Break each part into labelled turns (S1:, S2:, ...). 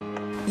S1: 二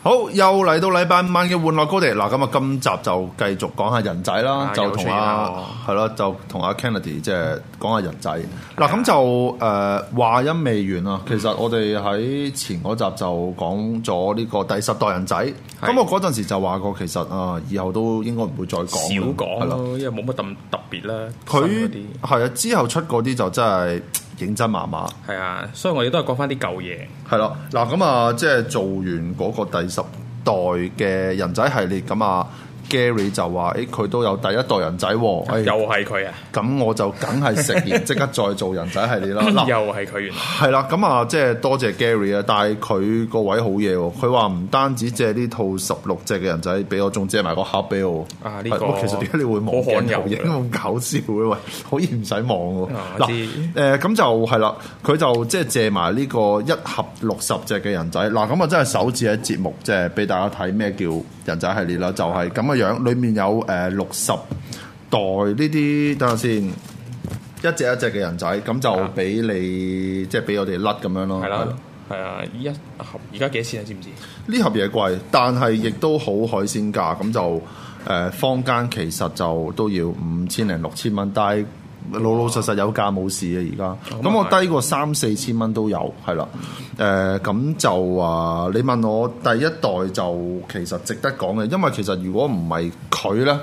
S2: 好，又嚟到禮拜五晚嘅玩樂高地嗱，咁啊，今集就繼續講下人仔啦，
S3: 啊
S2: 就
S3: 又
S2: 同
S3: 出現啦
S2: 阿係咯，就同阿 Kennedy 即係講下人仔
S3: 啊
S2: 嗱，咁就誒話音未完啊，其實我哋喺前嗰集就講咗呢個第十代人仔，咁我嗰陣時就話過，其實啊，以後都應該唔會再講，
S3: 少
S2: 係
S3: 講
S2: 啦
S3: 咯，因為冇乜咁特別啦。新嗰
S2: 佢
S3: 啲
S2: 係啊，之後出嗰啲就真係認真麻麻。
S3: 係啊，所以我哋都係講翻啲舊嘢。
S2: 係啦，嗱咁啊，即係做完嗰個第十代嘅人仔系列，咁啊 Gary 就話：，誒、佢都有第一代人仔喎、誒
S3: 又係佢啊，
S2: 咁我就梗係食完即刻再做人仔系列啦。嗱，
S3: 又係佢原來。
S2: 係啦，咁啊，即係多謝 Gary 啊，但係佢個位好嘢喎，佢話唔單止借呢套十六隻嘅人仔俾我，仲借埋個盒俾我。
S3: 啊呢
S2: 係
S3: 個
S2: 哇其實點解你會望
S3: 好
S2: 鏡
S3: 罕有
S2: 頭影咁搞笑嘅？喂，可以唔使望喎
S3: 啊。我
S2: 嗱
S3: 知，
S2: 誒咁就係啦，佢就即係借埋呢個一盒六十隻嘅人仔。嗱，咁啊真係首次喺節目即係俾大家睇咩叫人仔系列啦，就係咁嘅樣，裡面有誒六十袋呢啲，等下先。一隻一隻嘅人仔，咁就俾你即係俾我哋甩咁樣咯。
S3: 係
S2: 係啦
S3: 啦，係啊，一盒而家幾多錢啊？知唔知？
S2: 呢盒嘢貴，但係亦都好海鮮價，咁就誒、呃坊間其實就都要五千零六千蚊，但係老老實實有價冇市啊！而家咁
S3: 咁啊
S2: 我低過三四千蚊都有，係啦。誒、咁就話你問我第一代就其實值得講嘅，因為其實如果唔係佢咧，呢、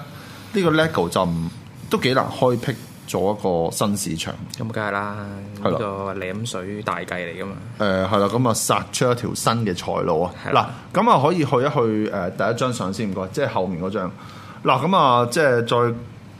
S2: 呢個 LEGO 就唔都幾難開闢咗一個新市場。
S3: 咁啊梗係啦，
S2: 係啦
S3: 呢個舐水大計嚟噶嘛。
S2: 誒係啦，咁啊殺出一條新嘅財路啊！
S3: 係
S2: 嗱
S3: 啦，
S2: 咁啊可以去一去誒、第一張相先唔該，即係後面嗰張。嗱，咁啊即係再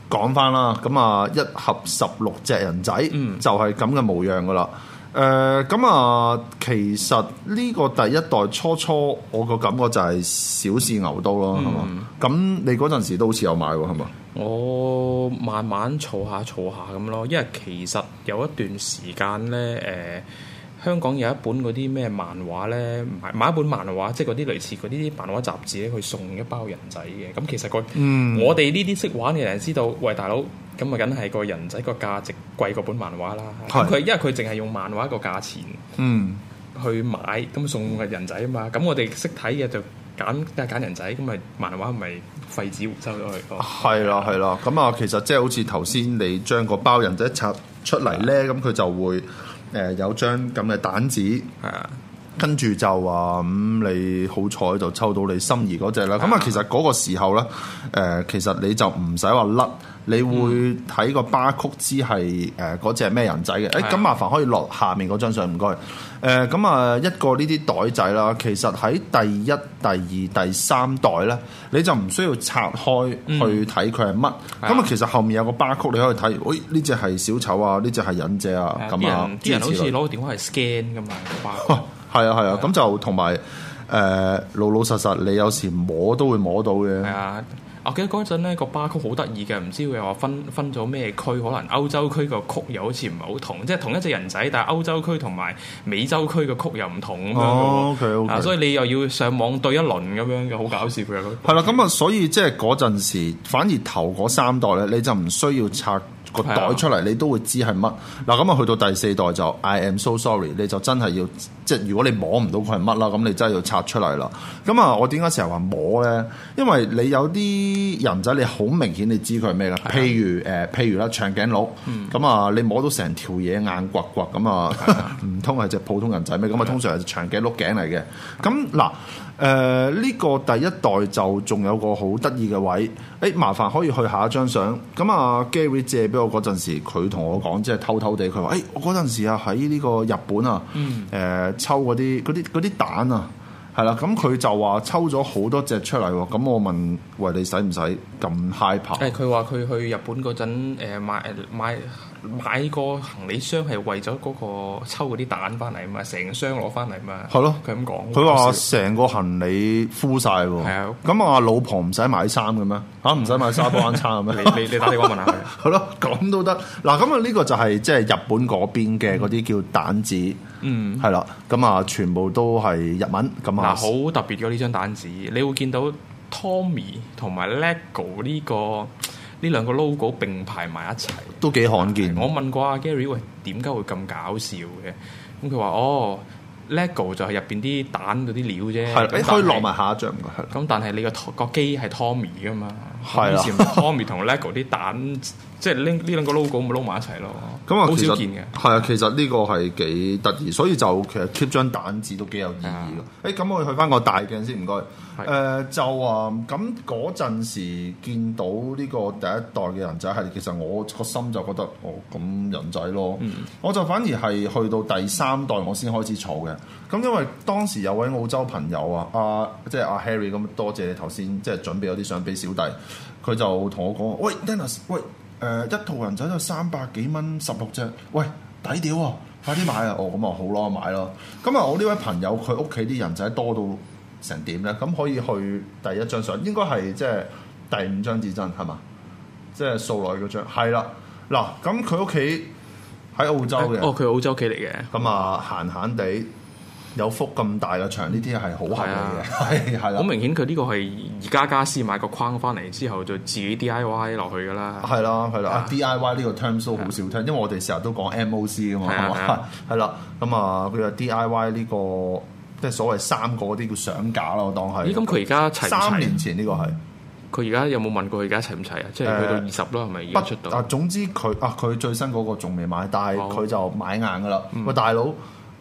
S2: 講翻啦，咁啊一盒十六隻人仔、
S3: 嗯
S2: 就係咁嘅模樣噶啦。誒、咁啊，其實呢個第一代初初我個感覺就係小試牛刀咯，係嘛、
S3: 嗯
S2: 咁你嗰陣時都好似有買喎，係嘛？
S3: 我慢慢儲下儲下咁咯，因為其實有一段時間咧，誒、香港有一本嗰啲咩漫畫咧，買買一本漫畫，即係嗰啲類似嗰啲漫畫雜誌咧，佢送一包人仔嘅。咁其實個、
S2: 嗯
S3: 我哋呢啲識玩嘅人知道，喂大佬，咁啊梗係個人仔個價值貴過本漫畫啦。咁
S2: 係
S3: 佢因為佢淨係用漫畫個價錢
S2: 嗯，
S3: 去買，咁送個人仔啊嘛。咁我哋識睇嘅就揀梗係揀人仔，咁咪漫畫咪廢紙回收咗佢哦咯。
S2: 係啦，係啦，咁啊，其實即係好似頭先你將個包人仔拆出嚟咧，咁佢就會誒、呃有張咁嘅蛋紙，
S3: 係啊。
S2: 跟住就話咁、嗯你好彩就抽到你心儀嗰只啦。咁啊，其實嗰個時候咧，誒、其實你就唔使話甩，你會
S3: 嗯
S2: 睇個巴曲知係誒嗰只係咩人仔嘅。誒、
S3: 係啊
S2: 咁麻煩可以落下面嗰張相，唔該。誒、咁啊，一個呢啲袋仔啦，其實喺第一、第二、第三代咧，你就唔需要拆開去睇佢係乜。咁啊、
S3: 嗯係啊
S2: 其實後面有個巴曲你可以睇，誒呢只係小丑啊，呢只係忍者啊，
S3: 係
S2: 咁啊
S3: 啲人，
S2: 諸如
S3: 啲人
S2: 此
S3: 好
S2: 類
S3: 似攞個電話係 scan 噶嘛， 個巴
S2: 哦係啊係啊，咁就同埋誒老老實實，你有時摸都會摸到
S3: 係
S2: 嘅。
S3: 啊。我記得嗰陣咧個巴曲好得意嘅，唔知佢話分分咗咩區，可能歐洲區個曲又好似唔係好同，即係同一隻人仔，但係歐洲區同埋美洲區個曲又唔同咁樣嘅喎
S2: 哦，OK，OK
S3: 啊所以你又要上網對一輪咁樣嘅，好搞笑嘅嗰個
S2: 係啦，咁啊，所以即係嗰陣時，反而頭嗰三代咧，你就唔需要拆個
S3: 係
S2: 袋
S3: 啊
S2: 出嚟，你都會知係乜。嗱，咁啊，去到第四代就 I am so sorry，你就真係要即係如果你摸唔到佢係乜啦，咁你真係要拆出嚟啦。咁啊，我點解成日話摸咧？因為你有啲人仔你好明顯你知佢係咩啦，譬如誒、呃譬如啦，長頸鹿，咁啊、你摸到成條嘢硬刮刮咁啊， 唔通係隻普通人仔咩？咁啊，通常係隻長頸鹿頸嚟嘅。咁嗱，誒、呃呢、個第一代就仲有個好得意嘅位，誒、麻煩可以去下一張相。咁啊，Gary 借俾我嗰陣時，佢同我講，即係偷偷地，佢話：，誒、
S3: 嗯
S2: 我嗰陣時啊喺呢個日本啊，誒、抽嗰啲嗰啲嗰啲蛋啊。係啦，咁佢就話抽咗好多隻出嚟喎，咁我問喂你使唔使咁 high 跑？
S3: 誒佢話佢去日本嗰陣誒買買買個行李箱係為咗嗰個抽嗰啲蛋翻嚟啊嘛，成箱攞翻嚟嘛。
S2: 係咯
S3: 佢咁講。
S2: 佢話成個行李 full 晒
S3: 係
S2: 喎
S3: 啊，
S2: 咁啊老婆唔使買衫嘅咩？嚇唔使買沙煲餐嘅咩？
S3: 你你你打電話問下 佢。
S2: 係咯，咁都得。嗱，咁啊呢個就係即係日本嗰邊嘅嗰啲叫蛋子，嗯，係啦，咁啊全部都係日文，咁
S3: 嗱，
S2: 啊
S3: 好特別嘅呢張單子，你會見到 Tommy 同埋 LEGO 呢、個呢兩個 logo 並排埋一齊。
S2: 都幾罕見。
S3: 我問過阿 Gary 喂，點解會咁搞笑嘅？咁佢話哦，LEGO 就係入邊啲蛋嗰啲料啫。
S2: 係啦，誒
S3: 咁
S2: 可以
S3: 但係
S2: 落埋下一張㗎，係啦。
S3: 咁但係你個 to- 個機係 Tommy 噶嘛？
S2: 係啊啦
S3: 以前 Tommy 同 LEGO 啲蛋，即係拎呢兩個 logo 咪撈埋一齊咯。
S2: 咁啊，
S3: 好
S2: 其
S3: 少
S2: 實
S3: 見嘅。
S2: 係啊，其實呢個係幾得意，所以就其實 keep 張蛋紙都幾有意義
S3: 啊
S2: 嘅。誒，咁我去翻個大鏡先，唔該。誒就啊，咁嗰陣時見到呢個第一代嘅人仔係，其實我個心就覺得哦咁人仔咯。我就反而係去到第三代我先開始儲嘅。咁因為當時有位澳洲朋友啊，阿即係阿 Harry 咁，多謝你頭先即係準備咗啲相俾小弟，佢就同我講：喂，Dennis，喂。誒、一套人仔就三百幾蚊十六隻，喂抵屌喎！快啲買啊！哦，咁啊好咯，買咯。咁啊，我呢位朋友佢屋企啲人仔多到成點咧？咁可以去第一張相，應該係即係第五張至真係嘛？即係數內嗰張，係啦。嗱，咁佢屋企喺澳洲嘅，
S3: 哦，佢澳洲企嚟嘅。
S2: 咁啊閒閒地有幅咁大嘅牆，呢啲係好合
S3: 啊
S2: 理 嘅，係係
S3: 好
S2: 啦。
S3: 明顯佢呢個係而家家私買個框翻嚟之後，就自己 D I Y 落去噶啦。
S2: 係啦，係啦啊，DIY 呢個 term 都好少聽，因為我哋成日都講 MOC 噶嘛，
S3: 啊係啊
S2: 係嘛
S3: 係啊？
S2: 係啦，咁啊，佢話 DIY 呢個即係所謂三個嗰啲叫相架啦，我當係。
S3: 咦？咁佢而家齊唔啊
S2: 三
S3: 齊
S2: 年？前呢個係
S3: 佢而家有冇問過佢而家齊唔齊啊？即係去到二十咯，係咪而家出
S2: 不啊
S3: 到？，
S2: 總之佢啊，佢最新嗰個仲未買，但係
S3: 哦
S2: 佢就買硬噶啦。
S3: 嗯
S2: 喂，大佬，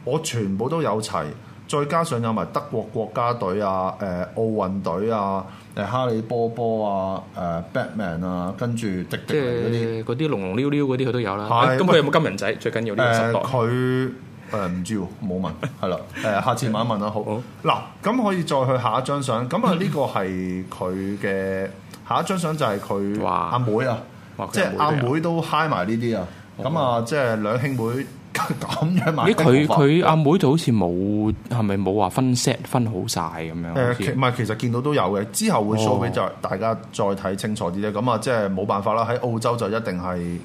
S2: 我全部都有齊，再加上有埋德國國家隊啊、誒、奧運隊啊、誒、哈利波波啊、誒、Batman 啊，跟住迪
S3: 即
S2: 迪尼嗰啲。
S3: 係嗰啲龍龍溜溜嗰啲佢都有啦。
S2: 係
S3: 咁佢有冇金人仔？最緊要呢個
S2: 誒
S3: 十代。
S2: 呃佢誒唔知喎，冇 問，係啦，誒下次問一問啦，好。嗱，咁可以再去下一張相，咁啊呢個係佢嘅下一張相就係佢
S3: 哇
S2: 阿妹啊
S3: 哇，佢
S2: 即係阿
S3: 阿妹都有
S2: 妹都嗨埋呢啲啊，咁啊即係兩兄妹 咁樣埋
S3: 咦？
S2: 一個頭
S3: 佢
S2: 髮。
S3: 佢阿妹就好似冇係咪冇話分 set 分好晒咁樣？好
S2: 誒，
S3: 似
S2: 其唔係，其實見到都有嘅，之後會 show 俾就大家再睇清楚啲咧。咁啊，即係冇辦法啦，喺澳洲就一定係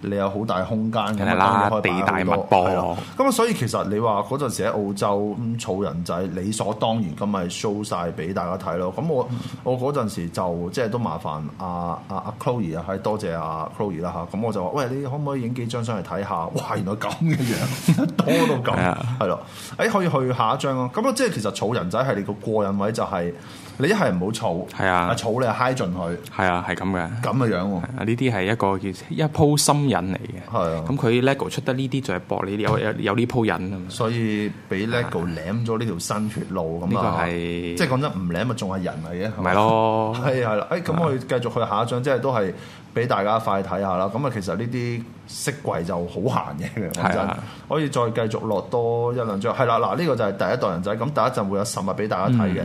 S2: 你有好大空間咁
S3: 梗
S2: 啊
S3: 係
S2: 當然可以擺好
S3: 啦
S2: 多
S3: 地大物博
S2: 係啦咁啊，所以其實你話嗰陣時喺澳洲咁儲人仔，理所當然咁咪 show 晒俾大家睇咯。咁我
S3: 嗯
S2: 我嗰陣時就即係都麻煩阿阿阿 Chloe 啊，係多謝阿 Chloe 啦嚇。咁我就話：喂，你可唔可以影幾張相嚟睇下？哇，原來咁嘅樣， 多到
S3: 係
S2: 咁
S3: 啊。
S2: 係咯，誒可以去下一張咯。咁啊，即係其實儲人仔係你個過癮位就係你一係唔好儲，
S3: 係啊
S2: 儲你係嗨盡佢
S3: 係啊，係咁嘅。
S2: 咁嘅樣喎。
S3: 啊！呢啲係一個叫一鋪心癮嚟嘅，
S2: 係啊
S3: 咁佢 LEGO 出得呢啲就係搏你有有有呢鋪癮啊嘛。
S2: 所以俾 LEGO 舐咗呢條新血路咁
S3: 呢
S2: 啊，
S3: 個係
S2: 即係講真唔舐咪仲係人嚟嘅，係
S3: 咪？咯，
S2: 係係啦，誒
S3: 啊
S2: 咁我哋繼續去下一張，即係都係俾大家快睇下啦。咁啊，其實呢啲色櫃就好閒 嘅，講
S3: 係
S2: 真
S3: 啊，
S2: 可以再繼續落多一兩張。係啦，嗱呢個就係第一代人仔，咁第一陣會有實物俾大家睇
S3: 嗯
S2: 嘅，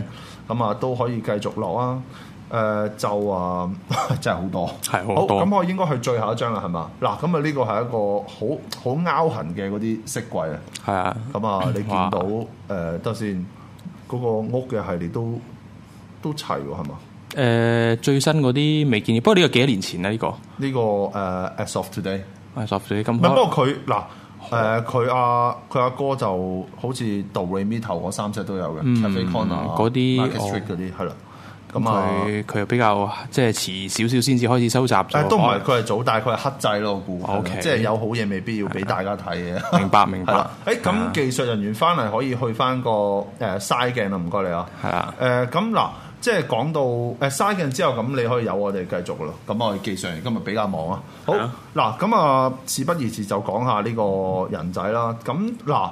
S2: 咁啊都可以繼續落啊。誒、就啊， 真係好多，
S3: 係好多
S2: 咁我應該去最後一張啦，係嘛？嗱，咁啊呢個係一個好好拗痕嘅嗰啲色櫃啊。
S3: 係啊，
S2: 咁啊，你見
S3: 哇
S2: 到誒得先嗰個屋嘅系列都都齊喎，係嘛？
S3: 誒、呃最新嗰啲未見，不過呢個幾多年前啦，啊呢、個
S2: 呢、個誒、as of today，
S3: 啊索水咁
S2: 唔係不
S3: 可
S2: 過佢嗱誒佢阿佢阿哥就好似杜瑞咪頭嗰三隻都有嘅，Cafe Corner 啊
S3: 嗯嗰啲
S2: Market
S3: 哦
S2: Street 嗰啲係啦，咁啊
S3: 佢佢又比較即係遲少少先至開始收集咗。
S2: 誒都唔係佢係早，但係佢係黑仔咯，我估係啦
S3: OK
S2: 即係有好嘢未必要俾大家睇嘅。
S3: 我明白啊明
S2: 係
S3: 白
S2: 啦，，誒咁技術人員翻嚟可以去翻個誒嘥鏡啦，唔該你啊。
S3: 係啦，
S2: 誒咁嗱，即係講到誒嘥鏡之後，咁你可以由我哋繼續咯。咁我哋技術人員今日比較忙啊。好
S3: 係啊
S2: 嗱，咁啊，事不宜遲，就講下呢個人仔啦。咁嗱。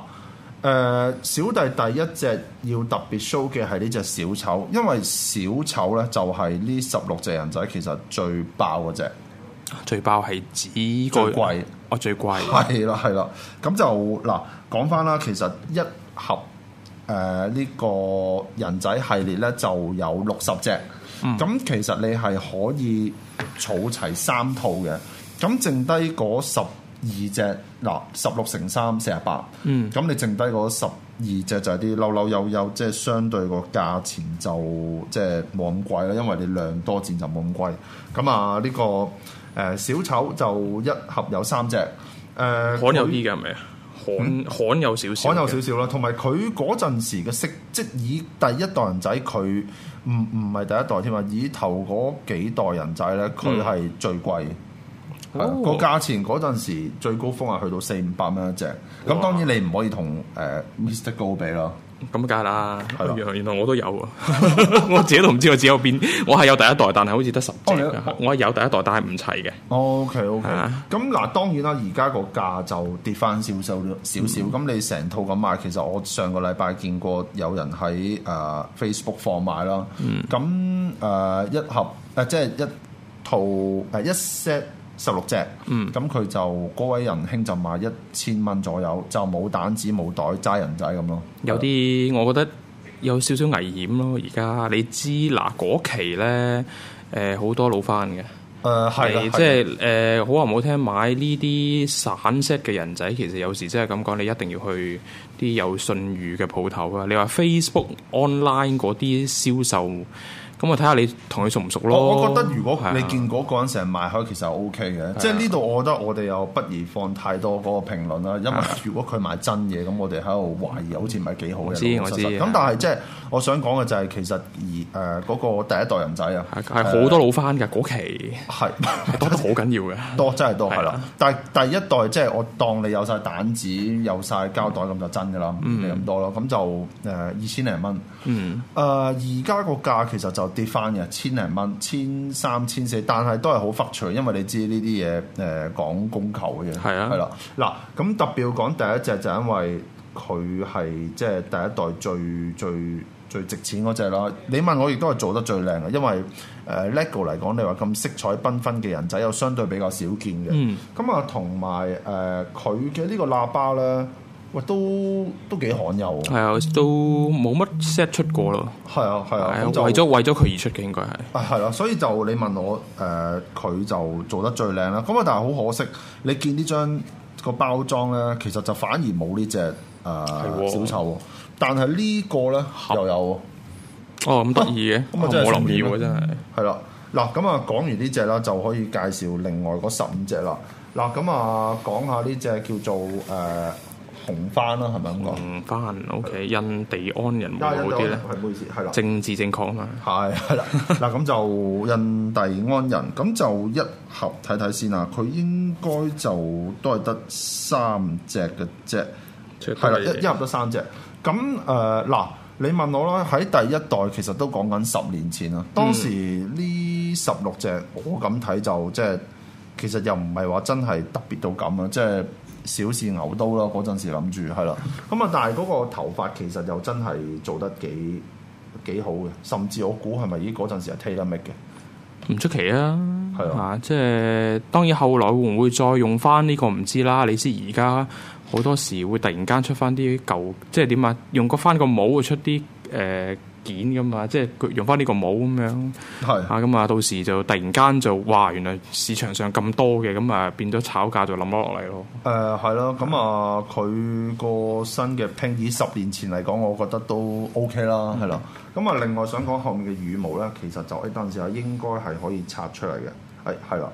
S2: 誒、小弟第一隻要特別 show 嘅係呢只小丑，因為小丑咧就係呢十六隻人仔其實最爆嗰只。
S3: 最爆係指
S2: 最
S3: 個
S2: 貴，
S3: 哦最貴，
S2: 係啦，係啦。咁就嗱，講翻啦，其實一盒誒呃呢個人仔系列咧就有六十隻，咁、
S3: 嗯
S2: 其實你係可以儲齊三套嘅，咁剩低嗰十二隻嗱，十六乘三四十八，
S3: 嗯
S2: 咁你剩低嗰十二隻就係啲溜溜悠悠，即係相對個價錢就即係冇咁貴啦，因為你量多錢就冇咁貴。咁啊呢、個誒、小丑就一盒有三隻，誒、呃
S3: 罕有啲嘅係咪啊？罕罕有少少嘅，
S2: 嗯罕有少少啦，同埋佢嗰陣時嘅色，即以第一代人仔佢唔唔係第一代添啊，以頭嗰幾代人仔咧，佢係最貴。係啊
S3: 嗯哦
S2: 個價錢嗰陣時最高峰係去到四五百蚊一隻，咁當然你唔可以同誒 Mr. Go 比啦，
S3: 咁梗係啦
S2: 係啦。
S3: 原來我都有啊， 我自己都唔知我自己有邊。我係有第一代，但係好似得十隻
S2: 哦你有
S3: 㗎。我係有第一代，但係唔齊嘅。
S2: O K O K，
S3: 係啊
S2: 咁嗱當然啦，而家個價就跌翻少少少少，
S3: 嗯
S2: 咁、你成套咁買，其實我上個禮拜見過有人喺誒、呃 Facebook 放買啦，
S3: 嗯
S2: 咁誒、呃一盒誒、呃即係一套誒、呃一 set 十六隻，
S3: 嗯
S2: 咁佢、就嗰位仁兄就賣一千蚊左右，就冇蛋紙冇袋齋人仔咁咯，
S3: 有啲我覺得有少少危險咯。而家你知嗱嗰期咧，誒好多老翻嘅，
S2: 誒呃係啦
S3: 你，
S2: 係啦啊
S3: 即係誒好話唔好聽，買呢啲散式嘅人仔，其實有時真係咁講，你一定要去啲有信譽嘅鋪頭啊。你話 Facebook online 嗰啲銷售，咁我睇下你同佢熟唔熟咯。
S2: 我我覺得如果你
S3: 係啊啊
S2: 見嗰個人成日賣開，其實 O K 嘅。即係呢度，我覺得我哋又不宜放太多嗰個評論啦，因為
S3: 啊
S2: 如果佢賣真嘢，咁我哋喺度懷疑，好似唔係幾好
S3: 我
S2: 嘅。
S3: 知
S2: 老實
S3: 我知
S2: 實
S3: 係
S2: 咁但係即係我想講嘅就係其實而誒呃嗰個第一代人仔啊，呃
S3: 係係好多老翻㗎，嗰期
S2: 係。
S3: 係 多得好緊要嘅。
S2: 多真係多
S3: 係
S2: 係
S3: 啊
S2: 啦，但係第一代即係我當你有晒蛋紙、有晒膠袋咁就真㗎啦，唔理咁多咯。咁就誒二千零蚊。
S3: 嗯，
S2: 誒而家個價其實就跌翻嘅，千零蚊、千三、千四，但係都係好忽除，因為你知呢啲嘢誒講供求嘅嘢，
S3: 係啊
S2: 係啦。嗱，咁特別要講第一隻就因為佢係即係第一代最最最值錢嗰只啦。你問我亦都係做得最靚嘅，因為誒、LEGO 呃嚟講，你話咁色彩繽紛嘅人仔又相對比較少見嘅。
S3: 嗯
S2: 咁啊，同埋誒佢嘅呢個喇叭咧，喂都都幾罕有喎。
S3: 係啊，都冇乜 set 出過咯。
S2: 係啊，係啊，咁
S3: 係
S2: 就
S3: 啊為咗為咗佢而出嘅應該係。
S2: 啊，係啦，所以就你問我誒，呃佢、就做得最靚啦。咁啊，但係好可惜，你見呢張個包裝咧，其實就反而冇呢只啊
S3: 喎
S2: 誒小丑喎。但係呢個咧又有
S3: 哦，咁得意嘅，
S2: 咁啊
S3: 我
S2: 真係
S3: 冇留意
S2: 順
S3: 喎，
S2: 便
S3: 真係。
S2: 喎，係啦。嗱，咁啊講完呢只啦，就可以介紹另外嗰十五隻啦。嗱，咁啊講下呢只叫做誒、呃、紅番啦，係咪咁講？
S3: 唔翻，OK，印第安人會好啲咧，
S2: 係唔好意思，係啦。
S3: 政治正確啊嘛。
S2: 係係 啦，嗱咁就印第安人，咁就一盒睇睇先啦。佢應該就都係得三隻嘅啫，係啦，一一盒得三隻。咁誒嗱，你問我啦，喺第一代其實都講緊十年前啦，當時呢十六隻我咁睇就即係其實又唔係話真係特別到咁啊，即係。小試牛刀啦，嗰陣時諗住係啦，咁啊，但係嗰個頭髮其實又真係做得幾幾好嘅，甚至我估係咪咦嗰陣時係 tailor make 嘅，
S3: 唔出奇啊。
S2: 係啊
S3: 啊，即係當然後來會唔會再用翻呢個唔知啦。你知而家好多時會突然間出翻啲舊，即係點啊？用個翻個帽會出啲誒、呃件噶嘛，即係佢用翻呢個帽咁樣。
S2: 係
S3: 啊，咁啊，到時就突然間就哇，原來市場上咁多嘅，咁啊變咗炒價就冧咗落嚟咯。
S2: 誒係啦，咁啊佢個新嘅拼以十年前嚟講，我覺得都 OK 啦，係啦。咁啊，另外想講後面嘅羽毛咧，其實就誒陣時啊，應該係可以拆出嚟嘅，係係啦，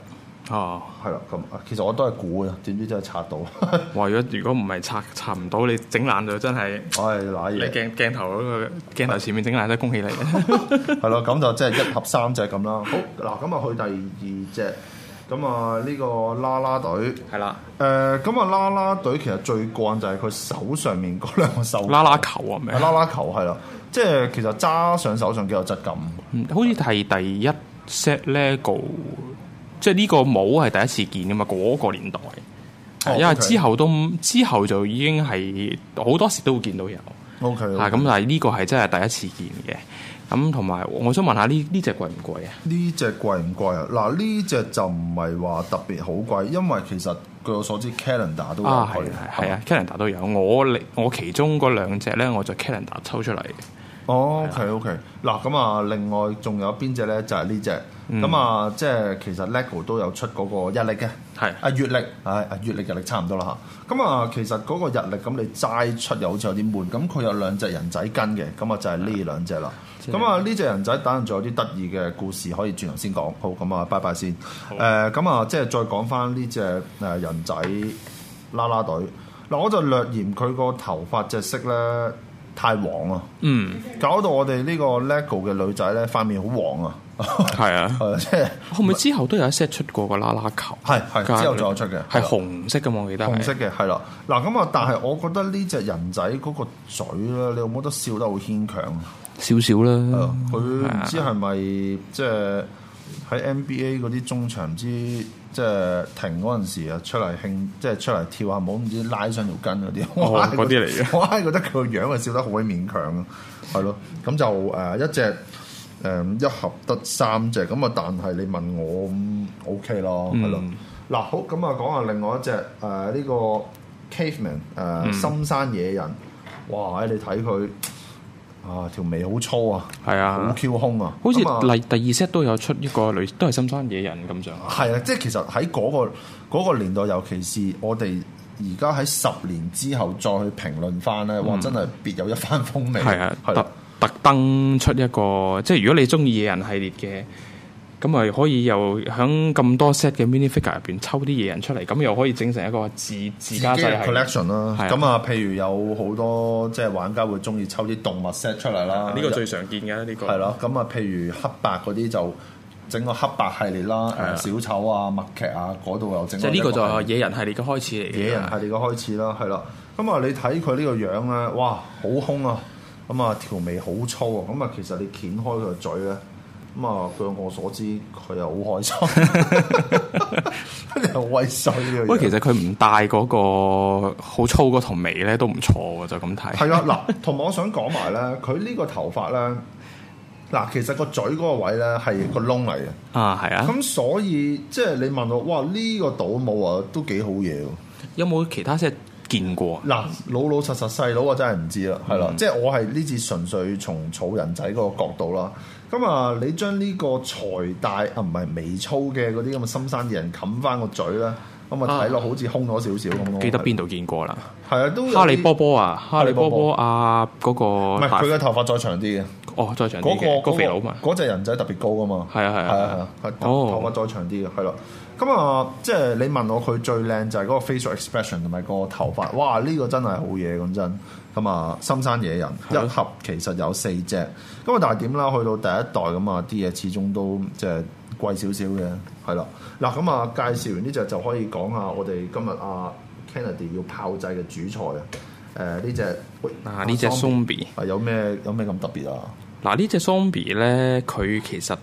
S3: 啊，
S2: 係啦。咁啊其實我都係估嘅，點知真係拆到，
S3: 哇！如果如果唔係拆拆唔到，你整爛就真係
S2: 唉賴
S3: 你
S2: 嘢。
S3: 鏡鏡頭嗰個鏡頭前面整爛都係恭喜你。係
S2: 係咯，咁就即係一盒三隻咁啦。好嗱，咁啊去第二隻，咁啊呢個啦啦隊。
S3: 啦，
S2: 誒咁啊啦啦隊其實最過癮就係佢手上面嗰兩個手
S3: 啦啦球啊，咪
S2: 啊啦啦球係啦，即係其實揸上手上幾有質感。
S3: 嗯好似係第一 set lego，即係呢個帽係第一次見噶嘛，嗰、個年代。
S2: 哦
S3: 因為
S2: OK
S3: 之後都之後就已經係好多時都會見到有。
S2: O K，
S3: 啊，咁但係呢個係真係第一次見嘅。咁同埋我想問下呢呢只貴唔貴啊？
S2: 呢只貴唔貴啊？嗱，呢只就唔係話特別好貴，因為其實據我所知，Calendar 都有
S3: 啊，
S2: 佢
S3: 係啊，係啊，Calendar 都有。我另我其中嗰兩隻咧，我就 Calendar 抽出嚟嘅。
S2: 哦，OK OK，嗱咁啊，另外仲有邊只咧？就係呢只，
S3: 嗯
S2: 咁啊，即係其實 LEGO 都有出嗰個日曆嘅，
S3: 係
S2: 啊月曆，唉啊月曆日曆差唔多啦嚇。咁啊，其實嗰個日曆咁你齋出又好似有啲悶，咁佢有兩隻人仔跟嘅，咁啊就係呢兩隻啦。咁啊呢只人仔等陣仲有啲得意嘅故事可以轉頭先講，好咁啊，拜拜先。誒咁啊，即係再講翻呢只誒人仔啦啦隊。嗱，我就略嫌佢個頭髮隻色咧太黃啊。
S3: 嗯，
S2: 搞到我哋呢個 LEGO 嘅女仔咧，塊面好黃啊！
S3: 係啊。
S2: 係即係
S3: 後咪之後都有一 set 出過個啦啦球，
S2: 係係之後仲有出嘅
S3: 係紅色嘅嘛，我記得係
S2: 紅色嘅，係啦。嗱咁啊，但係我覺得呢只人仔嗰個嘴咧，你有冇得笑得好牽強啊？
S3: 少少
S2: 係
S3: 啦
S2: 啊。佢
S3: 係
S2: 唔
S3: 啊
S2: 知係咪即係喺 NBA 嗰啲中場唔知即係停嗰陣時啊，出嚟興即係出嚟跳下舞，唔知拉上條筋嗰啲。 我
S3: 哦
S2: 係
S3: 嗰啲嚟嘅
S2: 我係覺得佢個樣係笑得好鬼勉強啊，係咯。咁就誒、呃一隻誒、呃一盒得三隻，咁啊，但係你問我咁 OK 咯，係
S3: 嗯
S2: 咯。嗱、好咁啊，講下另外一隻誒呢、個 caveman 誒、
S3: 嗯
S2: 深山野人，哇！你睇佢啊條尾好粗啊！
S3: 係
S2: 好
S3: 啊，
S2: Q 空啊！
S3: 好似
S2: 咁啊
S3: 例第二 set 都有出一個類都係深山野人咁上下。
S2: 係啊，即係其實喺嗰、個嗰、個年代，尤其是我哋而家喺十年之後再去評論翻咧，哇！真係別有一番風味。
S3: 嗯係啊，
S2: 係啦
S3: 特特登出一個，即係如果你中意野人系列嘅，咁咪可以又喺咁多 set 嘅 mini figure 入邊抽啲野人出嚟，咁又可以整成一個自
S2: 自
S3: 自
S2: 己
S3: 家製
S2: 嘅
S3: 系列。
S2: collection 啦，
S3: 係啊
S2: 咁啊，譬如有好多即係玩家會中意抽啲動物 set 出嚟啦，
S3: 啊呢個最常見嘅呢、個。
S2: 係啦。咁啊，譬如黑白嗰啲就整個黑白系列啦，
S3: 係啊
S2: 誒小丑啊、默劇啊嗰度又整。
S3: 即係呢個就係野人系列嘅開始嚟嘅。
S2: 野人系列嘅開始啦，係啦。咁啊，你睇佢呢個樣咧，哇，好兇啊！咁啊，條眉好粗啊！咁啊，其實你掀開佢個嘴咧，咁啊，據我所知，佢又好開 心，佢又好威水呢個樣
S3: 喂，其實佢唔戴嗰個好粗嗰條尾咧，都唔錯喎，就咁睇。
S2: 係啊，嗱，同埋我想講埋咧，佢呢個頭髮咧，嗱，其實個嘴嗰個位咧係個窿嚟嘅。
S3: 啊，係啊。
S2: 咁所以即係你問我，哇！呢、個倒模啊，都幾好嘢喎。
S3: 有冇其他 set 見過啊？
S2: 嗱，老老實實細佬我真係唔知啦，
S3: 嗯
S2: 係啦，即係我係呢次純粹從草人仔嗰個角度啦。咁啊，你將呢個財大啊唔係微粗嘅嗰啲咁嘅深山野人冚翻個嘴啦，咁啊睇落好似空咗少少咁咯。
S3: 記得邊度見過啦？
S2: 係啊，都有啲
S3: 哈利波波 啊，哈利波波啊，嗰
S2: 唔
S3: 個
S2: 係
S3: 大
S2: 佢嘅頭髮再長啲嘅，
S3: 哦，再長啲
S2: 嗰
S3: 嘅
S2: 個
S3: 個肥佬嘛。
S2: 嗰隻人仔特別高啊嘛。
S3: 係啊係啊
S2: 係啊係啊，頭
S3: 哦
S2: 頭髮再長啲嘅係啦。咁啊，即係你問我佢最靚就係嗰個 facial expression 同埋個頭髮，哇！呢、個真係好嘢，講真。咁啊，深山野人一
S3: 係啊
S2: 盒其實有四隻，咁啊，但係點啦？去到第一代咁啊，啲嘢始終都即係貴少少嘅，係啦。嗱，咁啊，介紹完呢只就可以講下我哋今日啊 Kennedy 要炮製嘅主菜啊。誒呢只喂
S3: 嗱呢隻
S2: zombie，
S3: zombie，
S2: 啊有咩有咩咁特別啊？
S3: 嗱呢隻 zombie 咧，佢其實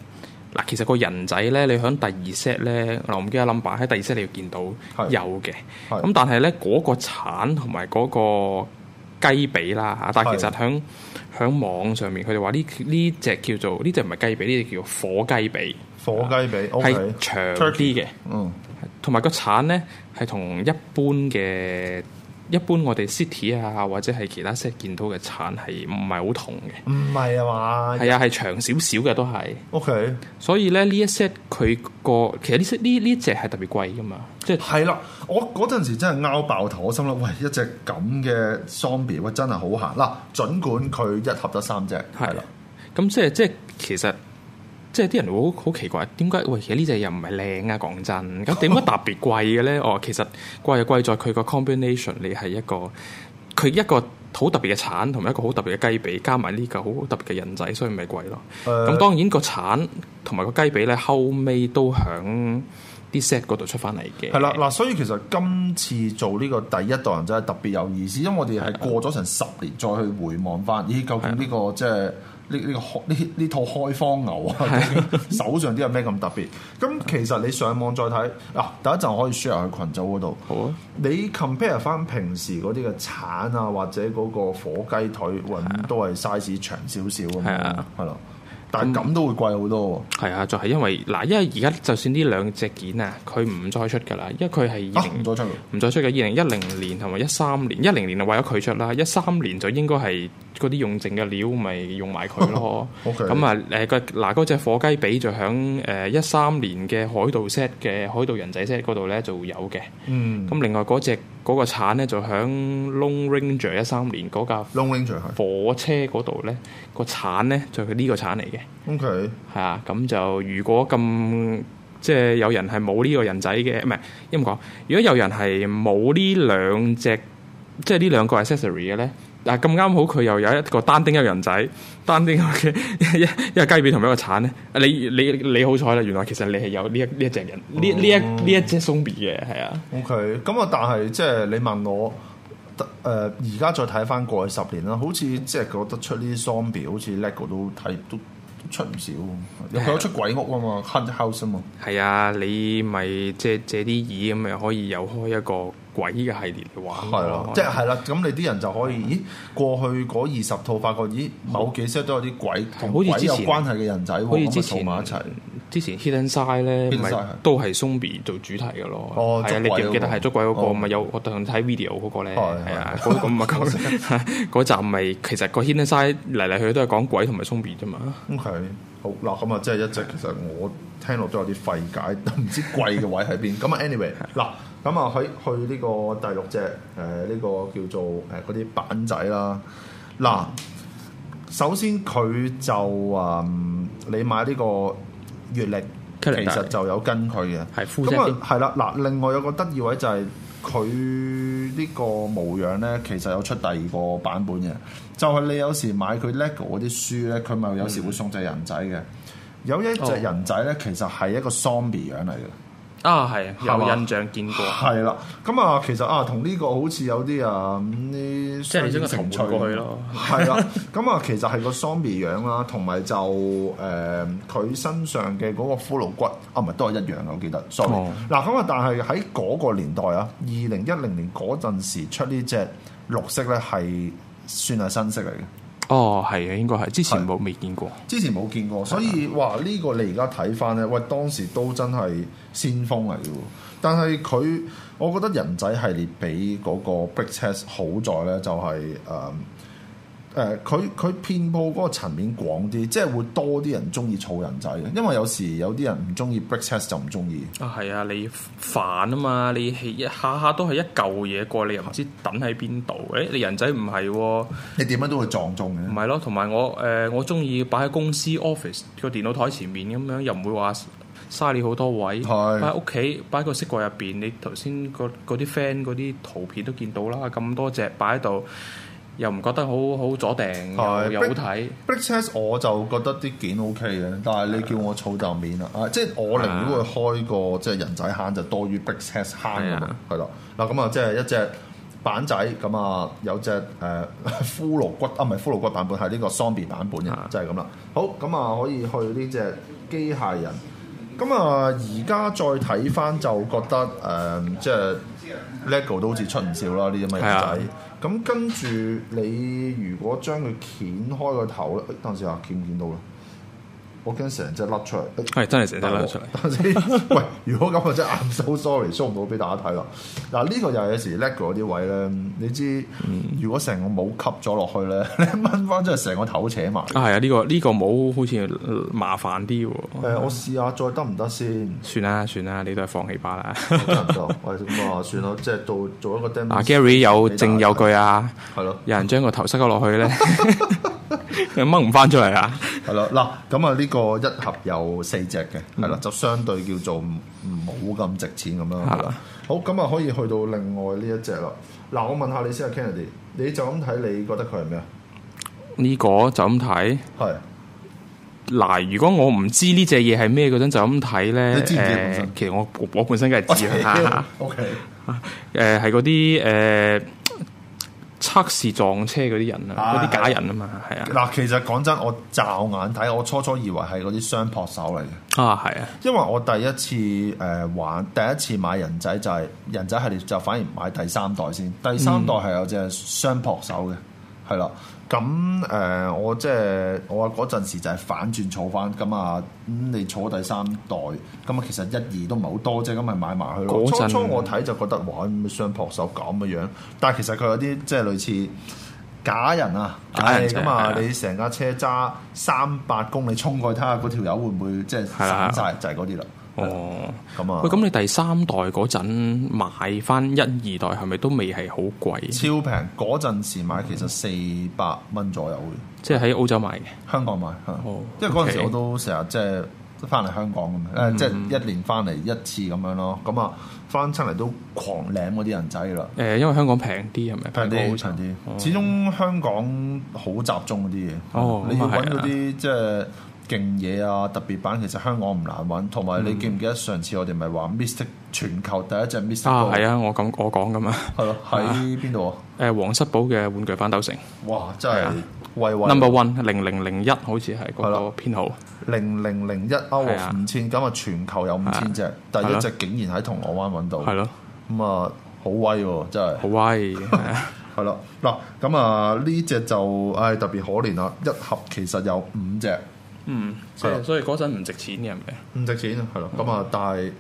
S3: 嗱其實個人仔咧，你喺第二 set 咧，嗱我唔記得 number 喺第二 set 你要見到
S2: 係
S3: 有嘅，
S2: 係
S3: 咁但係咧嗰個橙同埋嗰個雞髀啦嚇，但係其實響響網上面佢哋話呢呢只叫做呢只唔係雞髀，呢只叫火雞髀，
S2: 火雞髀
S3: 係
S2: ，OK，
S3: 長
S2: Turkey
S3: 啲嘅。
S2: 嗯。
S3: 同埋個橙咧係同一般嘅一般我哋 city 啊或者係其他 set 見到嘅橙係唔係好同嘅？
S2: 唔係啊嘛
S3: 係啊，係長少少嘅都係。
S2: ，OK，
S3: 所以咧呢一 set 佢個其實呢 set 呢呢只係特別貴噶嘛，即係
S2: 係啦，我嗰陣時真係拗爆頭，我心諗喂一隻咁嘅 zombie 喂真係好行嗱，儘管佢一盒得三隻，
S3: 係啦。咁即係即係其實即係啲人會好好奇怪，點解喂其實呢只又唔係靚啊？講真，咁點解特別貴嘅咧？ 哦，其實貴就貴在佢個 combination，你係一個佢一個好特別嘅橙同埋一個好特別嘅雞髀，加埋呢個好特別嘅人仔，所以咪貴咯。
S2: 誒
S3: 咁、當然個橙同埋個雞髀咧，後尾都響啲 set 嗰度出翻嚟嘅。
S2: 係啦，嗱，所以其實今次做呢個第一代人真係特別有意思，因為我哋係過咗成十年再去回望翻，咦，究竟呢、個即係呢呢個開呢呢套開荒牛啊， 手上啲有咩咁特別？咁其實你上網再睇嗱，第一陣可以 share 去群組嗰度。
S3: 好啊，
S2: 你 compare 翻平時嗰啲嘅橙啊，或者嗰個火雞腿，揾都係 size 長少少咁
S3: 係
S2: 樣
S3: 啊，
S2: 係咯。但係咁都會貴好多
S3: 係啊，就係、因為嗱，因為而家就算呢兩隻件啊，佢唔再出㗎啦，因為佢係
S2: 喎。
S3: 二
S2: 啊，唔
S3: 零
S2: 再出喎
S3: 唔再出嘅二零一零年同埋一三年，一零年就為咗佢出啦，一三年就應該係嗰啲用剩嘅料咪用埋佢咯。
S2: OK
S3: 咁啊誒個嗱嗰只火雞髀就響誒呃一三年嘅海盜 set 嘅海盜人仔 set 嗰度咧就有嘅。
S2: 嗯
S3: 咁另外嗰只嗰個產咧就響 Long Ranger 一三年嗰架
S2: ，Long Ranger 係
S3: 火車嗰度咧個產咧就係呢個產嚟嘅。
S2: OK，
S3: 係啊，咁就如果咁即係有人係冇呢個人仔嘅，唔係應該講，如果有人係冇呢兩隻，即係呢兩個 accessory 嘅咧，但係咁啱好佢又有一個單丁一個人仔，單丁一個嘅一一個雞髀同埋一個橙咧，你你你好彩啦，原來其實你係有呢一呢一隻人呢呢一呢一隻鬆別嘅，係啊。
S2: OK，咁啊，但係即係你問我，誒而家再睇翻過去十年啦，好似即係覺得出呢啲喪表，好似 LEGO 都睇都都出唔少喎，有佢有出鬼屋啊嘛，Hunt House 啊嘛，
S3: 係啊，你咪借借啲椅咁咪可以有開一個鬼嘅系列嚟玩
S2: 係咯
S3: 咯，，
S2: 哦
S3: 嗯
S2: 即係係啦，咁你啲人就可以，咦，過去嗰二十套發覺，咦，某幾 set 都有啲鬼同
S3: 好
S2: 鬼
S3: 似
S2: 有
S3: 之前
S2: 關係嘅人仔喎，
S3: 好似
S2: 咁
S3: 之
S2: 咪湊
S3: 前
S2: 埋一齊。
S3: 之前 Hidden Side 咧，
S2: Hidden
S3: 咪
S2: Side 係
S3: 都係 Zombie 做主題嘅咯。
S2: 哦
S3: 係啊，
S2: 捉
S3: 你
S2: 鬼
S3: 記唔記得
S2: 嗰個
S3: 係捉鬼嗰個
S2: 哦
S3: 咪有我同睇 video 嗰個
S2: 係
S3: 咧？係啊，
S2: 係
S3: 嗰咁啊嗰 嗰集咪其實個 Hidden Side 嚟嚟去去都係講鬼同埋 Zombie 啫嘛。
S2: OK，好嗱，咁啊，即係一直其實我聽落都有啲費解，都唔知貴嘅位喺邊。咁啊，anyway，嗱，咁啊喺去呢個第六隻誒呢、個叫做誒嗰啲板仔啦。嗱，首先佢就啊、嗯你買呢個月曆，其
S3: Calendar
S2: 實就有跟佢嘅。
S3: 係 full
S2: 咁
S3: set
S2: 啊，係啦，嗱，另外有個得意位就係佢呢個模樣咧，其實有出第二個版本嘅，就係、你有時買佢 LEGO 嗰啲書咧，佢咪有時會送隻人仔嘅。有一隻
S3: 哦
S2: 人仔咧，其實係一個 zombie 樣嚟嘅，
S3: 啊，係啊
S2: 係嘛
S3: 有印象見過。
S2: 係啦。咁啊，其實啊，同呢個好似有啲啊啲
S3: 即係你將佢
S2: 情趣
S3: 投換過去咯。
S2: 係啦，咁啊，其實係個 zombie 樣啦，同埋就誒佢、身上嘅嗰個骷髏骨啊，唔係都係一樣嘅，我記得。sorry，
S3: 哦
S2: 嗱咁啊，但係喺嗰個年代啊，二零一零年嗰陣時出呢只綠色咧係算係新色嚟嘅。
S3: 哦，係啊，應該係之前冇未見過。
S2: 之前冇見過，所以哇呢、個你而家睇翻咧，喂當時都真係先鋒嚟嘅喎。但係佢，我覺得人仔系列比嗰個 Big Test 好在咧，就係誒誒佢佢遍佈嗰個層面廣啲，即係會多啲人中意儲人仔嘅，因為有時有啲人唔中意 Big Test 就唔中意。
S3: 啊，係啊，你煩啊嘛，你起一下下都係一嚿嘢過，你又唔知等喺邊度。誒，你人仔唔係喎。
S2: 你點樣都會撞中
S3: 唔
S2: 嘅。
S3: 係咯，同埋我誒、呃我中意擺喺公司 office 個電腦台前面咁樣，又唔會話嘥你好多位。
S2: 係
S3: 擺喺屋企，擺喺個飾櫃入邊，你頭先個嗰啲 friend 嗰啲圖片都見到啦，咁多隻擺喺度，又唔覺得好好阻定，
S2: 係
S3: 又又好睇。
S2: Big Test 我就覺得啲件 OK 嘅，但係你叫我儲就面啦，啊，即係我寧願會開個即係人仔坑就多於 Big Test 坑咁
S3: 係
S2: 樣
S3: 啊，
S2: 係啦，嗱咁啊，即係一隻板仔咁啊，有隻誒 骷髏骨啊，唔係骷髏骨版本，係呢個 zombie 版本
S3: 啊
S2: 嘅，就係咁啦。好，咁啊可以去呢只機械人。咁啊，而家再睇翻就覺得誒、即係 LEGO 都好似出唔少啦呢啲咁嘅
S3: 係啊
S2: 人仔。咁跟住你如果將佢掀開個頭咧，誒等陣先啊，見唔見到啦？我驚成隻甩出嚟。誒
S3: 係真係成隻甩出嚟。
S2: 等陣先，喂， 如果咁我真係 I'm so sorry，show 唔到俾大家睇啦。嗱，呢個又係有時 LEGO 嗰啲位咧，你知
S3: 嗯
S2: 如果成個帽吸咗落去咧， 你掹翻真係成個頭扯埋。誒、
S3: 啊，係啊，呢、個呢、個帽好似呃麻煩啲喎。
S2: 我試下再得唔得先？
S3: 算啦算啦，你都係放棄吧啦。
S2: 喂，咁啊，算啦，即係做做一個 demo。
S3: 啊 Gary 有證有據啊，
S2: 係咯，
S3: 有人將個頭塞咗落 去咧，又掹唔翻出嚟啊！
S2: 係咯，嗱，咁啊，呢個一盒有四隻嘅，係啦，就相對叫做唔冇咁值錢咁啦。係啦，好，咁啊，可以去到另外呢一隻啦。嗱，我問下你先啊，Kennedy，你就咁睇，你覺得佢係咩啊？
S3: 呢個就咁睇。
S2: 係
S3: 嗱，如果我唔知呢只嘢係咩嗰陣，就咁睇咧，
S2: 你知唔知啊
S3: 誒
S2: 本身
S3: 其實我我我本身梗係知 啦，
S2: ，O K，
S3: 誒係嗰啲誒測試撞車嗰啲人啊，嗰啲假人啊嘛，係啊，
S2: 嗱，其實講真，我驟眼睇，我初初以為係嗰啲雙撲手嚟嘅。
S3: 啊係啊，
S2: 因為我第一次誒、呃玩，第一次買人仔就係、人仔系列就反而買第三代先，第三代係有隻雙撲手嘅，係啦，咁誒、呃我即係我嗰陣時就係反轉坐翻，咁啊，咁你坐第三代，咁啊其實一二都唔係好多啫，咁咪買埋佢咯。
S3: 嗰
S2: 初
S3: 陣
S2: 初我睇就覺得哇，咁雙撲手咁嘅樣，但係其實佢有啲即係類似假人啊，
S3: 假人
S2: 唉
S3: 啫
S2: 咁啊
S3: 係啊
S2: 你成架車揸三百公里衝過去睇下嗰條友會唔會即係
S3: 係
S2: 散
S3: 啦
S2: 晒，就係嗰啲啦。
S3: 哦，
S2: 咁啊，
S3: 喂，咁你第三代嗰陣買翻一二代係咪都未係好貴？
S2: 超平嗰陣時買其實四百蚊左右嘅。
S3: 即係喺澳洲買嘅。
S2: 香港買，嚇
S3: 哦
S2: 因為嗰陣時
S3: OK 嗯
S2: 我都成日即係翻嚟香港咁樣，誒、即係一年翻嚟一次咁樣咯。咁啊，翻出嚟都狂舐嗰啲人仔啦，
S3: 誒、因為香港平啲係哦咪？
S2: 平
S3: 過澳
S2: 啲
S3: 洲
S2: 平啲。始終香港好集中嗰啲嘢，
S3: 哦
S2: 你要
S3: 咁啊
S2: 揾
S3: 係啊
S2: 嗰啲即係勁嘢啊、特別版，其實香港唔難揾。同埋
S3: 嗯
S2: 你記唔記得上次我哋咪話 Mystic 全球第一隻 Mystic
S3: 啊，
S2: Go？
S3: 係啊，我咁我講噶嘛。
S2: 係咯，喺邊度啊？
S3: 誒、黃室寶嘅玩具反斗城
S2: 哇！真
S3: 係
S2: 係
S3: 啊
S2: 喂喂
S3: number one 零零零一好似係
S2: 係
S3: 嗰
S2: 啦
S3: 個編號。
S2: 零零零一歐
S3: 係啊
S2: 五千，咁啊全球有五千隻，第
S3: 係
S2: 一
S3: 咯
S2: 隻竟然喺銅鑼灣揾到，
S3: 係咯，
S2: 咁啊好威喎，真係
S3: 好威，係啊
S2: 係啦嗱，咁啊呢只就唉特別可憐啦，一盒其實有五隻，
S3: 嗯，
S2: 係啦
S3: 所以嗰陣唔值錢嘅，係咪？
S2: 五隻錢係咯，
S3: 嗯
S2: 咁啊但係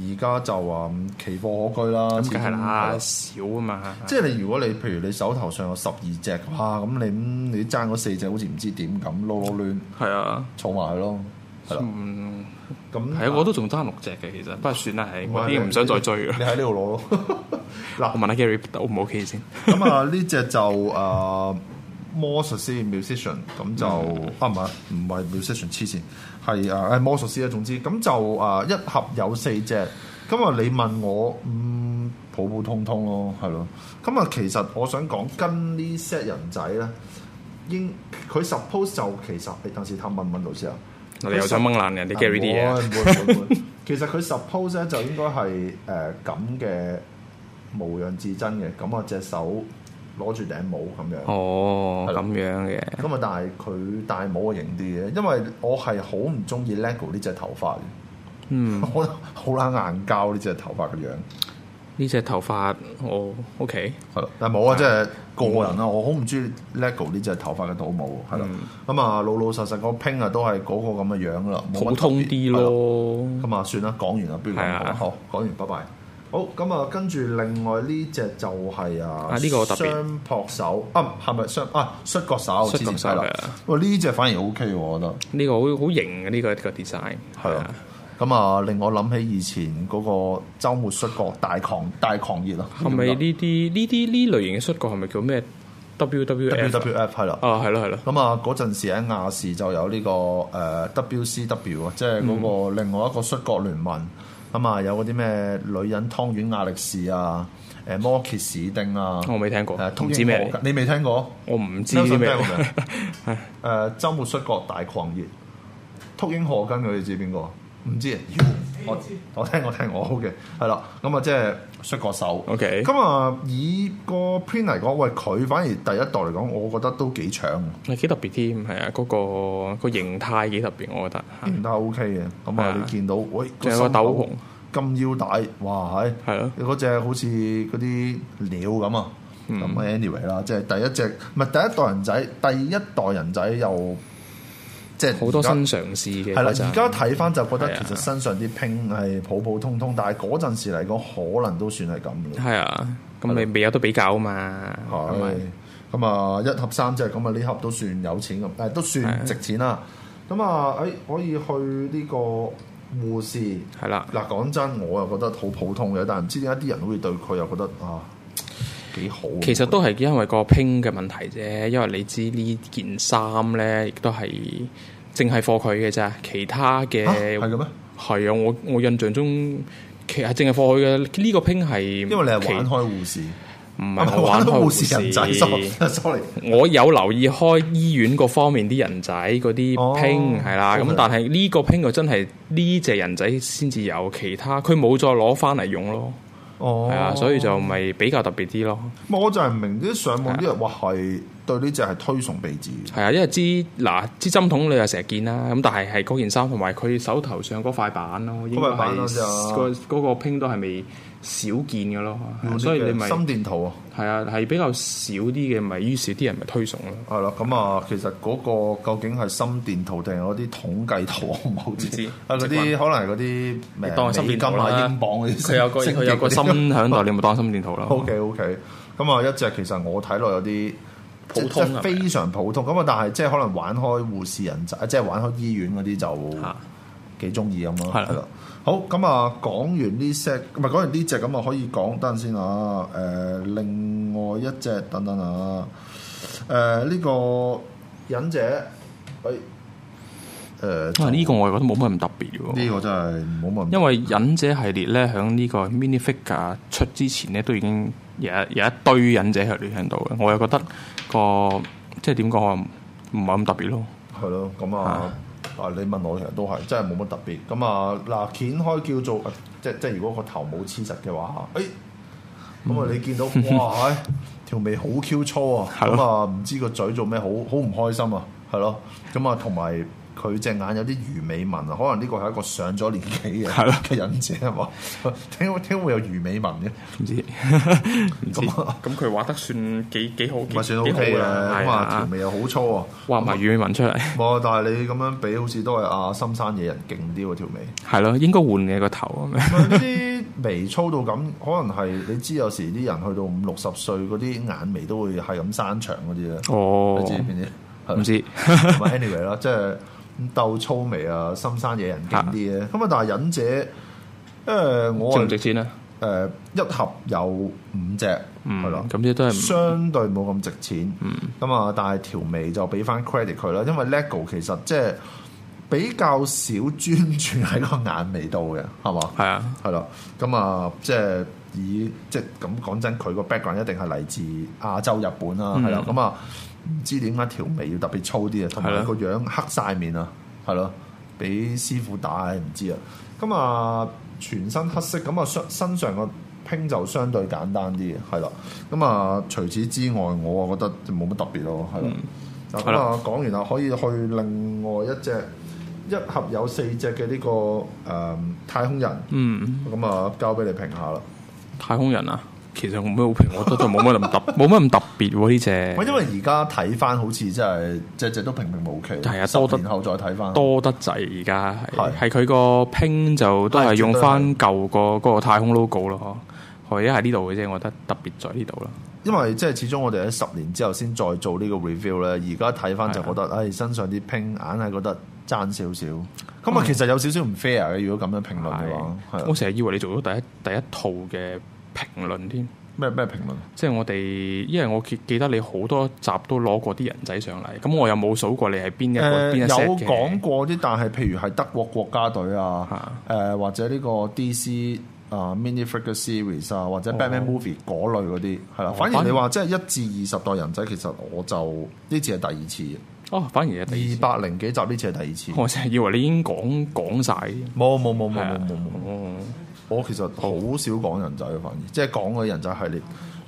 S2: 而家就話奇貨可居啦，
S3: 咁梗係
S2: 始終係
S3: 啦，少啊嘛。
S2: 即係你如果你譬如你手頭上有十二隻，哇咁你嗯你爭嗰四隻好似唔知點咁撈撈亂
S3: 係啊，
S2: 儲埋佢咯，係啦，
S3: 嗯，
S2: 咁
S3: 係啊，我都仲爭六隻嘅，其實不過算啦，係
S2: 唔係
S3: 我已經唔想再追啊啦
S2: 你。喺呢度攞 咯。嗱
S3: 我問下 Gary O 唔 OK 先？
S2: 咁啊，呢只就誒魔術師 musician，咁就啊唔係唔係 musician 黐線，係誒誒魔術師啦。啊總之咁就誒一盒有四隻。咁啊，你問我嗯普普通通咯，係咯。咁啊，其實我想講跟呢 set 人仔咧，應佢 suppose 就其實你等時探問問老師啊。
S3: 我哋又想掹爛人哋 Gary 啲嘢啊。
S2: 唔 會唔會唔會。其實佢 suppose 咧就應該係誒咁嘅無樣至真嘅，咁啊隻手攞住頂帽咁樣。
S3: 哦，
S2: 係啦
S3: 咁樣嘅，
S2: 咁啊，但係佢戴帽啊型啲嘅，因為我係好唔中意 LEGO 呢隻頭髮嘅，
S3: 嗯，
S2: 我覺得好撚硬膠呢隻頭髮嘅樣。
S3: 呢隻頭髮我 OK，
S2: 係啦，但係冇啊，即係個人啊，我好唔中意 LEGO 呢隻頭髮嘅倒帽，係啦。
S3: 嗯
S2: 咁啊，老老實實個拼啊都係嗰個咁嘅樣啦，冇乜
S3: 普
S2: 特別
S3: 通啲。
S2: 係啦
S3: 咯。
S2: 咁啊，算啦，講完啦，不如講
S3: 係啊
S2: 好，講完，拜拜。好，咁啊，跟住另外呢只就係啊，
S3: 啊呢個特別
S2: 雙撲手啊，係咪雙啊摔角手？
S3: 摔角手
S2: 之前係啦
S3: 係啊，
S2: 喂，呢只反而 O K 喎，我覺得
S3: 呢個好好型嘅呢個呢個 design，
S2: 係啊。咁啊，令我諗起以前嗰個週末摔角大狂大狂熱啊，
S3: 係咪呢啲呢啲呢類型嘅摔角係咪叫咩
S2: W
S3: WWF
S2: W F 係啦？
S3: 啊？係咯係咯，
S2: 咁啊，嗰陣時喺亞視就有呢、個誒、WCW 啊，即係
S3: 嗯
S2: 嗰個另外一個摔角聯盟。咁啊，有嗰啲咩女人湯圓亞力士啊，誒摩羯士丁啊，
S3: 我未聽過，
S2: 誒通
S3: 唔知咩
S2: 英
S3: 嚟
S2: 河，你未聽過？
S3: 我唔知
S2: 你有想
S3: 啲咩
S2: 聽過未誒週末摔角大狂熱，禿英何根佢哋知邊個？唔知啊，我我聽我聽我好嘅，係啦，咁啊即係摔角手。
S3: OK
S2: 咁啊以個 print 嚟講，喂佢反而第一代嚟講，我覺得都幾搶喎。
S3: 係幾特別添，係啊，嗰個個形態幾特別，我覺得嚇
S2: 唔得 OK 嘅。咁
S3: 係
S2: 啊
S3: 嗯啊，
S2: 你見到，喂，
S3: 仲有個斗篷
S2: 金腰帶，哇，係
S3: 係咯，
S2: 嗰只好似嗰啲鳥咁啊。
S3: 嗯
S2: 咁 anyway 啦，即係第一隻，唔係第一代人仔，第一代人仔又即係
S3: 好多
S2: 而家
S3: 新嘗試嘅
S2: 係啦，
S3: 嗰陣
S2: 而家睇翻就覺
S3: 係
S2: 得
S3: 啊
S2: 其實身上啲拼係普普通通，但係嗰陣時嚟講，可能都算係咁嘅。
S3: 係啊，咁你未有得比較啊嘛，咁咪
S2: 係咁啊，一盒三隻，咁啊呢盒都算有錢咁，
S3: 啊
S2: 誒、都算值錢啦。咁啊，誒、可以去呢個護士。
S3: 係啦。
S2: 嗱，講真，我又覺得好普通嘅，但係唔知點解啲人好似對佢又覺得啊幾好。
S3: 其實都係因為個拼嘅問題啫，因為你知呢件衫咧，亦都係淨係貨佢嘅咋，其他嘅
S2: 嚇係嘅咩？
S3: 係啊，我我印象中其係淨係貨佢嘅呢個拼係，
S2: 因為你係
S3: 其
S2: 玩開護士，
S3: 唔係我玩開
S2: 護
S3: 護
S2: 士人仔
S3: 士。
S2: ，sorry，sorry。
S3: 我有留意開醫院嗰方面啲人仔嗰
S2: 哦
S3: 啲拼係啦，咁
S2: OK
S3: 但係呢個拼就真係呢隻人仔先至有，其他佢冇再攞翻嚟用咯，啊
S2: 哦
S3: 係啊，所以就咪比較特別啲咯。
S2: 我就係唔明啲上網啲人話係對呢只係推崇備至嘅。
S3: 係啊，因為支嗱支針筒你又成日見啦，咁但係係嗰件衫同埋佢手頭上嗰塊板咯，應該
S2: 塊板咯就
S3: 係個嗰個拼都係未少見嘅咯，係啊所以你
S2: 嗯
S3: 咪
S2: 心電圖啊！
S3: 係啊，係比較少啲嘅，咪於是啲人咪推崇咯。
S2: 係啦，咁啊，其實嗰個究竟係心電圖定係嗰啲統計圖，我唔好
S3: 唔知
S2: 知。啊，嗰啲可能係嗰啲咩
S3: 當係心電圖
S2: 美金
S3: 啦
S2: 啊、英鎊嗰啲。
S3: 佢有個佢有個心喺度，你咪當心電圖咯。
S2: O K O K，咁啊一隻其實我睇落有啲
S3: 普通啊
S2: 即
S3: 係咪
S2: 係非常普通。咁啊，但係即係可能玩開護士人仔，即係玩開醫院嗰啲
S3: 嚇
S2: 就幾中意咁咯。
S3: 係啦
S2: 係啦。好咁啊，講完呢 set，唔係講完呢只咁啊，可以講等陣先啊。誒、另外一隻等等啊，誒、呢、個忍者，喂、誒、
S3: 啊！呢個我覺得冇乜咁特別喎，
S2: 呢個真係唔好問。
S3: 因為忍者系列咧，喺呢個 mini figure 出之前咧，都已經有一有一堆忍者系列喺度嘅。我又覺得個即係點講啊，唔係咁特別咯。
S2: 係咯，咁啊，啊你問我其實都係，真係冇乜特別。咁啊，嗱，掀開叫做呃即即如果個頭冇黐實嘅話，誒、咁啊你 見到哇，唉條眉好 Q 粗啊，
S3: 嗯係咯
S2: 咁啊唔知個嘴做咩，好好唔開心啊，係咯，咁啊同埋。佢隻眼有啲魚尾紋啊，可能呢個係一個上咗年紀嘅
S3: 係咯
S2: 嘅忍者係嘛？ 點會點會有魚尾紋嘅？
S3: 唔知 唔知咁佢畫得算幾幾好，
S2: 咪
S3: 幾
S2: 啊算 OK
S3: 幾好
S2: 嘅，
S3: 㗎啦
S2: 咁
S3: 係
S2: 啊條眉又好粗啊！
S3: 畫埋魚尾紋出嚟，
S2: 哇！但係你咁樣比，好似都係阿深山野人勁啲喎條眉。
S3: 係咯，應該換你個頭啊 咁樣。
S2: 呢啲眉粗到咁，可能係你知有時啲人去到五六十歲嗰啲眼眉都會係咁生長嗰啲咧。
S3: 哦
S2: 你知邊啲？係
S3: 唔
S2: 啦
S3: 知
S2: 同埋 anyway 啦，即係鬥粗眉啊，深山野人勁啲嘅。咁啊，但係忍者，誒、我
S3: 值唔
S2: 係
S3: 值錢啊？
S2: 誒、一盒有五隻，
S3: 嗯
S2: 係啦、，
S3: 咁啲都係
S2: 相對冇咁值錢。咁啊、但係條眉就俾翻 credit 佢啦，因為 lego 其實即係比較少專注喺個眼眉度嘅，係嘛？
S3: 係啊，
S2: 係啦，咁啊，即係以即係咁講真，佢個 background 一定係嚟自亞洲、日本啦，
S3: 嗯
S2: 係啦、咁啊，唔知點解條眉要特別粗啲啊，同
S3: 係
S2: 埋
S3: 啦
S2: 個樣黑晒面啊，係咯，俾師傅打唉唔知啊，咁啊，全身黑色，咁啊身身上個拼就相對簡單啲嘅，係啦，咁啊，除此之外，我啊覺得就冇乜特別咯，係啦。嗱
S3: 嗯係
S2: 咁
S3: 啦
S2: 啊，講完啦，可以去另外一隻一盒有四隻嘅呢、個誒、太空人。
S3: 嗯，
S2: 咁啊，交俾你評下啦。
S3: 太空人啊，其實冇咩好評，我覺得都冇乜咁 特，冇乜咁特別喎呢只。
S2: 喂，因為而家睇翻好似真係隻隻都平平無奇，
S3: 係啊
S2: 十
S3: 多得
S2: 年後再睇翻。
S3: 多得滯，而家係
S2: 係
S3: 係佢個拼就都
S2: 係
S3: 係用翻
S2: 絕
S3: 舊個嗰個太空 logo 咯，唯一係呢度嘅啫，我覺得特別在呢度啦。
S2: 因為即係始終我哋喺十年之後先再做呢個 review 咧，而家睇
S3: 啊
S2: 翻就覺得，唉，身上啲拼硬係覺得爭少少。
S3: 嗯
S2: 咁啊，其實有少少唔 fair 嘅，如果咁樣評論嘅話，係
S3: 我
S2: 啊
S3: 成日以為你做咗第一第一套嘅評論添，
S2: 咩咩評論？
S3: 即係我哋，因為我記記得你好多集都攞過啲人仔上嚟，咁我又冇數過你係邊一個
S2: 誒
S3: 邊一 set
S2: 呃有
S3: 嘅
S2: 講過啲，但係譬如係德國國家隊啊，誒或者呢個 DC 啊 Mini Figure Series 啊，或者 Batman Movie 嗰類嗰啲係啦。哦反而你話即係一至二十代人仔，其實我就呢次係第二
S3: 哦，反而係第
S2: 次，二百零幾集呢次係第二次。
S3: 我成日以為你已經講講晒。
S2: 冇冇冇冇
S3: 係啊
S2: 冇冇冇，
S3: 哦，
S2: 嗯我其實好少講人仔嘅，反而即係講嗰啲人仔系列。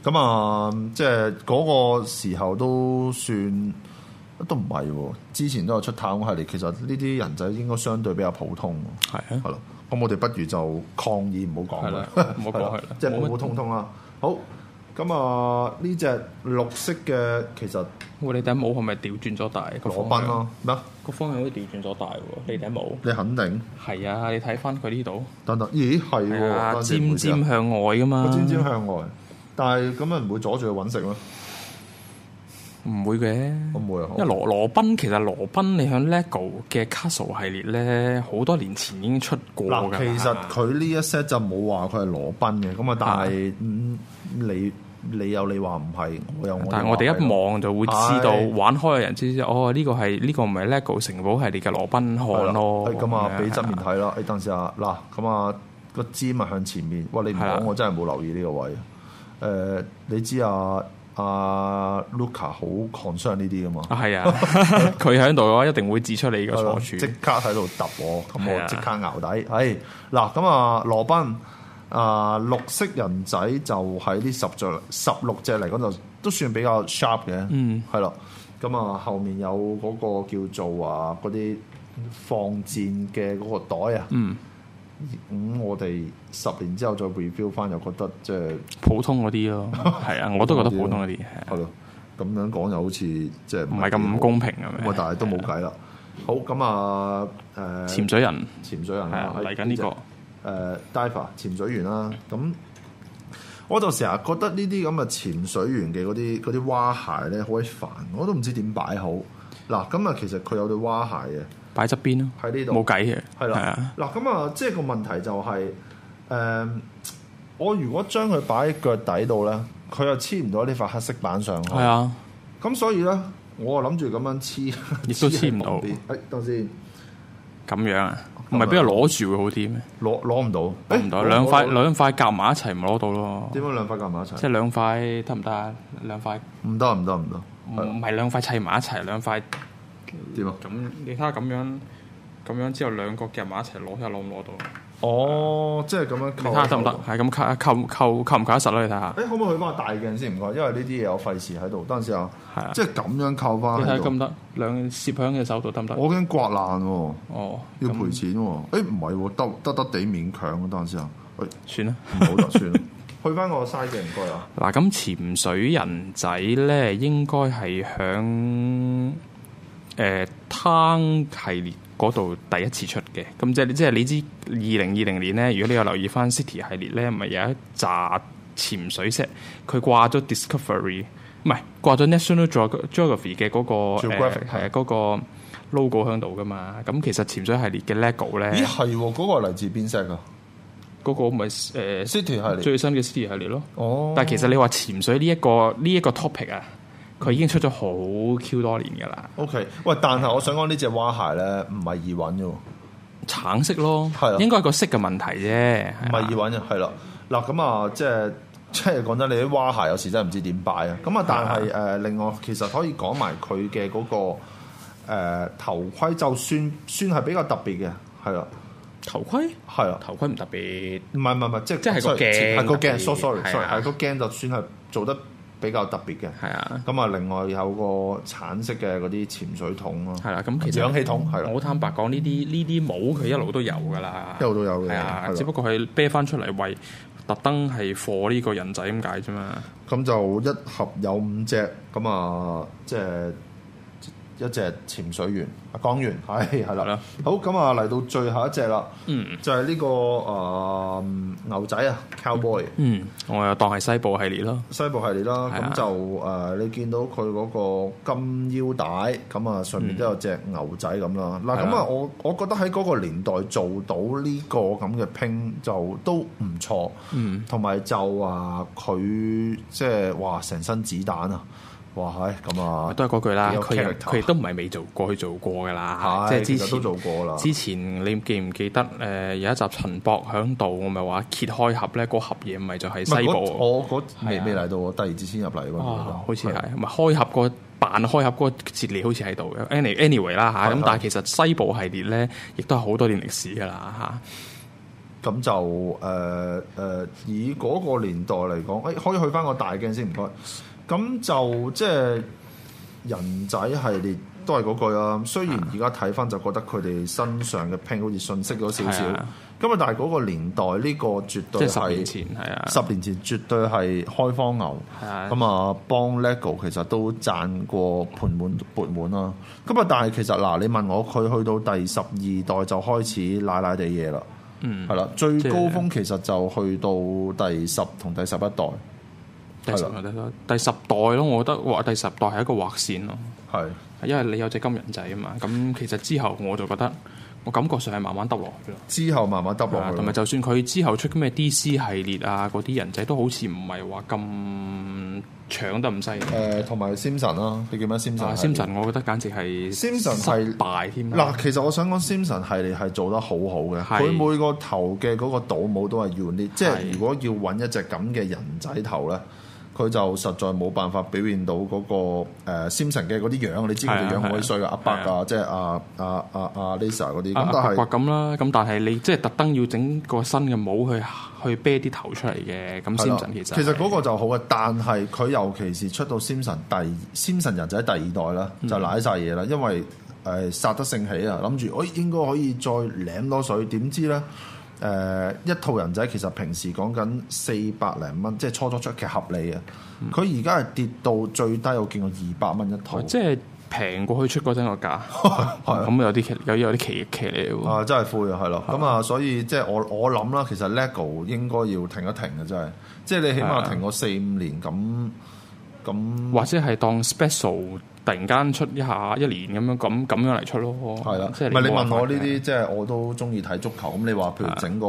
S2: 咁啊，即係嗰個時候都算。都唔係喎，之前都有出太空系列，其實呢啲人仔應該相對比較普通喎。
S3: 係啊，
S2: 係咯，咁我哋不如就抗議唔好講
S3: 係啦
S2: 啦，
S3: 唔好講
S2: 係啦
S3: 係啦
S2: 即係
S3: 冇乜
S2: 普普通通啦。好，咁啊呢只綠色嘅其實
S3: 喂，你頂帽係咪調轉咗大？個
S2: 羅
S3: 方
S2: 賓
S3: 向
S2: 咯，咩啊？
S3: 個方向好似調轉咗大喎，你頂帽。
S2: 你肯定？
S3: 係啊，你睇翻佢呢度，
S2: 等等，咦係
S3: 係
S2: 喎，
S3: 啊，
S2: 單止唔
S3: 尖
S2: 會知啊
S3: 尖向外噶嘛
S2: 個，尖尖向外，但係咁啊唔會阻住佢揾食咩？
S3: 唔會嘅。
S2: 我唔會啊，
S3: 嗯因為羅羅賓其實羅賓你響 LEGO 嘅 Castle 系列咧，好多年前已經出過㗎
S2: 嗱，
S3: 啦。
S2: 其實佢呢一 set 就冇話佢係羅賓嘅，咁啊，但係嗯你你有你話唔係，我有我
S3: 但係我哋
S2: 話係
S3: 一望就會知道
S2: 係
S3: 玩開嘅人知知，哦呢個係呢個唔係 LEGO 城堡系列嘅羅賓
S2: 係啦
S3: 漢咯。
S2: 係咁啊，俾側
S3: 真
S2: 面睇啦。誒，等陣先啊，嗱，咁啊個尖啊向前面。哇，你唔
S3: 係啊啦
S2: 講我真係冇留意呢個位。誒、你知啊，阿 Luca 好 concern 呢啲噶嘛？
S3: 啊係啊， 佢喺度嘅話一定會指出你個
S2: 係啦啊
S3: 錯
S2: 即
S3: 處。
S2: 刻喺度揼我，咁
S3: 係啊
S2: 我即刻熬底。係嗱，咁啊，羅賓啊、綠色人仔就喺呢十隻十六隻嚟講就都算比較 sharp 嘅，
S3: 嗯，
S2: 係啦。咁啊，後面有嗰個叫做話嗰啲放箭嘅嗰個袋啊，
S3: 嗯，
S2: 咁、我哋十年之後再 review 翻，又覺得即係
S3: 普通嗰啲咯，係啊，我都覺得普通嗰啲，係啊
S2: 係咯，咁樣講又好似即係
S3: 唔
S2: 唔
S3: 係咁
S2: 公，
S3: 公平
S2: 咁
S3: 咁
S2: 啊
S3: 樣。，
S2: 但係都冇計啦。好咁啊，誒、
S3: 潛水人
S2: 潛水人
S3: 係啊
S2: 啦，
S3: 嚟緊呢個。
S2: 誒、diver 呃潛水員啦，咁我就成日覺得呢啲咁嘅潛水員嘅嗰啲嗰啲蛙鞋咧好鬼煩，我都唔知點擺好。嗱，咁啊，其實佢有對蛙鞋嘅，
S3: 擺側邊咯，
S2: 喺呢度
S3: 冇計嘅，
S2: 係
S3: 係
S2: 啦
S3: 啊，。
S2: 嗱，咁啊，即係個問題就係、誒我如果將佢擺喺腳底度咧，佢又黐唔到呢塊黑色板上去。
S3: 係啊，
S2: 咁所以咧，我啊諗住咁樣黐，
S3: 亦都黐唔
S2: 喺旁
S3: 到
S2: 邊誒，哎等先，
S3: 咁樣啊，唔係俾人攞住會好啲咩？
S2: 攞攞唔到，
S3: 攞唔到
S2: 誒
S3: 兩
S2: 攞
S3: 塊
S2: 到
S3: 兩塊夾埋一齊唔攞到咯，
S2: 點解兩塊夾埋一
S3: 即
S2: 齊？
S3: 係兩塊得唔得啊？兩塊
S2: 唔得唔得唔得，
S3: 唔唔係兩塊砌埋一齊，兩塊
S2: 點啊？
S3: 咁你睇下咁樣咁樣之後兩個夾埋一齊攞，睇下攞唔攞到？
S2: 哦，即係咁樣
S3: 你
S2: 扣。
S3: 睇下得唔得？？係咁扣扣扣扣唔扣得實咯？你睇下
S2: 誒，可唔可以去翻個大鏡先？唔該，因為呢啲嘢我費事喺度。等陣先啊，
S3: 係啊
S2: 即，係咁樣扣翻
S3: 你睇下
S2: 喺
S3: 得
S2: 度，
S3: 唔得？兩攝響嘅手度得唔得？
S2: 我驚刮爛喎，
S3: 哦，
S2: 要
S3: 咁
S2: 賠錢喎。誒，唔係喎，得得得地勉強啊。等陣先啊，誒，
S3: 算啦。
S2: 唔好就 算啦。去翻個 size 嘅唔該啊。
S3: 嗱，咁潛水人仔咧，應該係響誒灘系列嗰度第一次出嘅。咁即係即係你知二零二零年咧，如果你有留意翻 City 系列咧，咪有一紮潛水 set，佢掛咗 Discovery，唔係掛咗 National Geog- Geography 嘅嗰、個呃
S2: Geographic，
S3: 係啊嗰個 logo 喺度噶嘛。咁其實潛水系列嘅 LEGO
S2: 咦，
S3: 咧，
S2: 係喎，嗰個係嚟自邊 set 噶
S3: 嗰個咪誒
S2: ？City 系列。
S3: 最新嘅 City 系列咯。
S2: 哦，
S3: 但係其實你話潛水呢、一個呢一、個 topic 啊，佢已經出咗好 Q 多年㗎啦，
S2: OK，喂，但係我想講呢只蛙鞋咧，唔係易揾嘅喎。
S3: 橙色咯
S2: 係啊，
S3: 應該係個色嘅問題啫，
S2: 唔
S3: 係
S2: 係易
S3: 啊
S2: 揾嘅，係啦。嗱咁啊，即係即係講真，你啲蛙鞋有時真係唔知點擺啊。咁啊，但係誒、另外其實可以講埋佢嘅嗰個誒、頭盔，就算算係比較特別嘅，係啦，
S3: 頭盔，
S2: 係啦。
S3: 頭盔唔特別，
S2: 唔係唔係唔係，即係
S3: 即係個
S2: sorry，
S3: 鏡
S2: 係個鏡
S3: 特別
S2: ，sorry sorry
S3: 係
S2: sorry，
S3: 啊
S2: 係個鏡就算係做得比較特別嘅。
S3: 係啊，
S2: 咁啊，另外有個橙色嘅嗰啲潛水桶咯，
S3: 係啦、咁其實
S2: 氧氣筒係啦，
S3: 我坦白講，呢啲呢啲帽佢一路都有㗎啦，
S2: 一路都有嘅
S3: 係啊
S2: 係，啦
S3: 只不過係啤翻出嚟為特登係貨呢個人仔咁解啫嘛，
S2: 咁就一盒有五隻，咁啊，即係一隻潛水員，啊講完係係
S3: 係
S2: 啦
S3: 啦。
S2: 好，咁啊嚟到最後一隻啦，
S3: 嗯
S2: 就係呢、個啊牛仔啊 cowboy
S3: 嗯，我又當係西部系列咯，
S2: 西部系列啦。
S3: 係啊
S2: 咁就誒、你見到佢嗰個金腰帶，咁啊上面都有隻牛仔咁啦。嗱、
S3: 係啊
S2: 咁啊我我覺得喺嗰個年代做到呢個咁嘅拼就都唔錯。
S3: 嗯，
S2: 同埋就話佢即係哇成身子彈啊！哇係咁啊，
S3: 都係嗰句啦，
S2: 幾有
S3: 佢又
S2: character
S3: 佢亦都唔係未做過，佢做過㗎啦，即
S2: 係
S3: 係
S2: 其
S3: 之
S2: 實都
S3: 前。
S2: 做過啦。
S3: 之前你記唔記得誒、呃有一集陳博響度，我咪話揭開盒咧，嗰盒嘢咪就係
S2: 唔係
S3: 西
S2: 嗰
S3: 部
S2: 我嗰
S3: 啊
S2: 未未嚟到，我第二節先入嚟喎。
S3: 啊，好似
S2: 係
S3: 係咪開盒個扮開盒嗰個節列好似喺度嘅。any anyway 啦嚇，
S2: 係係
S3: 咁但係其實西部系列咧，亦都係好多年歷史㗎啦
S2: 咁就誒誒、呃呃以嗰個年代嚟講，誒、可以去翻個大鏡先，唔該。咁就即係人仔系列都係嗰句啦。雖然而家睇翻就覺得佢哋身上嘅拼好似信息咗少少，咁
S3: 係
S2: 啊
S3: 啊
S2: 但係嗰個年代呢個絕
S3: 嚇，
S2: 對
S3: 即係十
S2: 係
S3: 年前係啊，
S2: 十年前絕對係開荒牛。
S3: 係啊，
S2: 咁啊，幫 LEGO 其實都賺過盤滿缽滿啦。咁啊，但係其實嗱，你問我佢去到第十二代就開始奶奶地嘢啦，
S3: 嗯
S2: 係，啦，最
S3: 即係
S2: 高峰其實就去到第十同第十一代，
S3: 第十
S2: 係
S3: 第十第十代咯，我覺得畫第十代係一個劃線咯，
S2: 係
S3: 因為你有隻金人仔啊嘛，咁其實之後我就覺得我感覺上係慢慢耷落去咯。
S2: 之後慢慢耷落
S3: 啊
S2: 去
S3: 同埋
S2: 啦。
S3: 就算佢之後出咩 DC 系列啊，嗰啲人仔都好似唔係話咁搶得咁犀利。
S2: 誒，同埋 Simpson 啦，你叫咩
S3: 啊
S2: Simpson？
S3: ，Simpson 我覺得簡直係
S2: Simpson
S3: 失
S2: 係
S3: 敗添啦。
S2: 嗱，其實我想講 Simpson 系列係做得好好嘅，
S3: 啊係
S2: 佢每個頭嘅嗰個倒帽都係 unique，即係
S3: 係
S2: 如果要揾一隻咁嘅人仔頭咧，佢就實在冇辦法表現到嗰、個誒 Simpson 嘅嗰啲樣，你知佢哋樣好衰嘅阿伯
S3: 係
S2: 啊，即係阿阿阿阿 Lisa 嗰啲，
S3: 啊
S2: 咁但
S3: 啊刮
S2: 係
S3: 咁啦，咁但係你即係特登要整個新嘅帽去去啤啲頭出嚟嘅，咁
S2: 係
S3: 先
S2: 啦
S3: 陣其實
S2: 其實嗰個就好嘅，但係佢尤其是出到 Simpson 第 Simpson 人仔第二代啦，
S3: 嗯
S2: 就賴晒嘢啦，因為誒、呃殺得性起啊，諗住誒應該可以再舐多水，點知咧？誒、一套人仔其實平時講緊四百零蚊，即係初初出嘅合理嘅。啊
S3: 嗯
S2: 佢而家係跌到最低，我見過二百蚊一套。
S3: 哦即係平過去出嗰陣個 價，
S2: 啊
S3: 咁有啲奇有有啲奇奇嚟喎。
S2: 啊，真係灰啊，係咯。咁啊，所以即係我我諗啦，其實 LEGO 應該要停一停嘅，真係。即係你起
S3: 係啊
S2: 碼停個四五年咁咁。
S3: 或者係當 special 突然間出一下一年咁樣咁咁樣嚟出咯，
S2: 係啦，
S3: 即係
S2: 唔係你
S3: 冇辦
S2: 問
S3: 法
S2: 我呢
S3: 嘅
S2: 啲，即係我都中意睇足球。咁你話譬如整個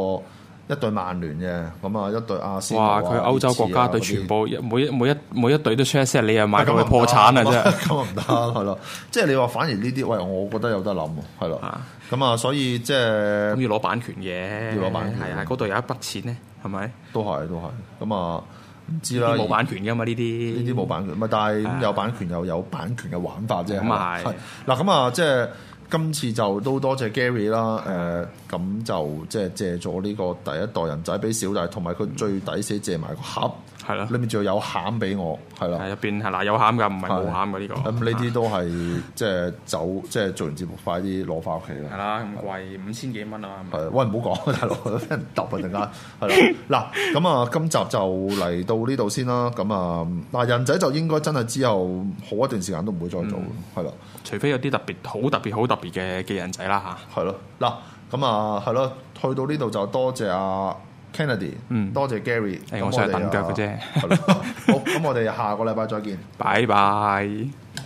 S2: 一隊曼聯嘅，咁啊一隊阿仙奴
S3: 哇！
S2: 啊
S3: 佢歐洲國家隊
S2: 熱刺啊嗰啲
S3: 全部一每一每一每一隊都 check 一 set，你又買
S2: 啊
S3: 到
S2: 咁啊
S3: 佢破產啊！真係。
S2: 咁啊唔得，係咯。即係你話反而呢啲，喂，我覺得有得諗喎，係咯
S3: 啊。
S2: 咁啊，所以即係
S3: 咁要攞版權嘅，
S2: 要攞版權
S3: 係啊！嗰度有一筆錢咧，係咪？
S2: 都係都係。咁啊，唔知啦。
S3: 冇版權噶嘛呢啲。
S2: 呢啲冇版權，咪但係
S3: 啊
S2: 咁有版權又有版權嘅玩法啫。
S3: 咁啊係
S2: 係嗱，咁啊，即係今次就都多謝 Gary 啦。誒，咁就即係借咗呢個呃第一代人仔俾小弟，同埋佢最抵死借埋個盒，
S3: 係咯
S2: 裏面仲要有餡俾我，係啦
S3: 係。入邊係嗱有餡㗎，唔係冇
S2: 係
S3: 餡㗎呢個。
S2: 咁呢啲都係即係走，即係做完節目快啲攞翻屋企啦。
S3: 係啦，咁貴五千幾蚊啊嘛。
S2: 係，喂唔好講，大佬俾人揼啊！陣間係啦，嗱咁啊，今集就嚟到呢度先啦。咁啊，嗱人仔就應該真係之後好一段時間都唔會再做，係啦、
S3: 除非有啲特別好特別好特別嘅嘅人仔啦嚇。
S2: 係咯。嗱咁啊，係咯，去到呢度就多謝阿 Kennedy，、
S3: 嗯
S2: 多謝 Gary 咁哋啊。
S3: 誒我上去等腳嘅啫
S2: 係咯好，咁我哋下個禮拜再見。
S3: 拜拜。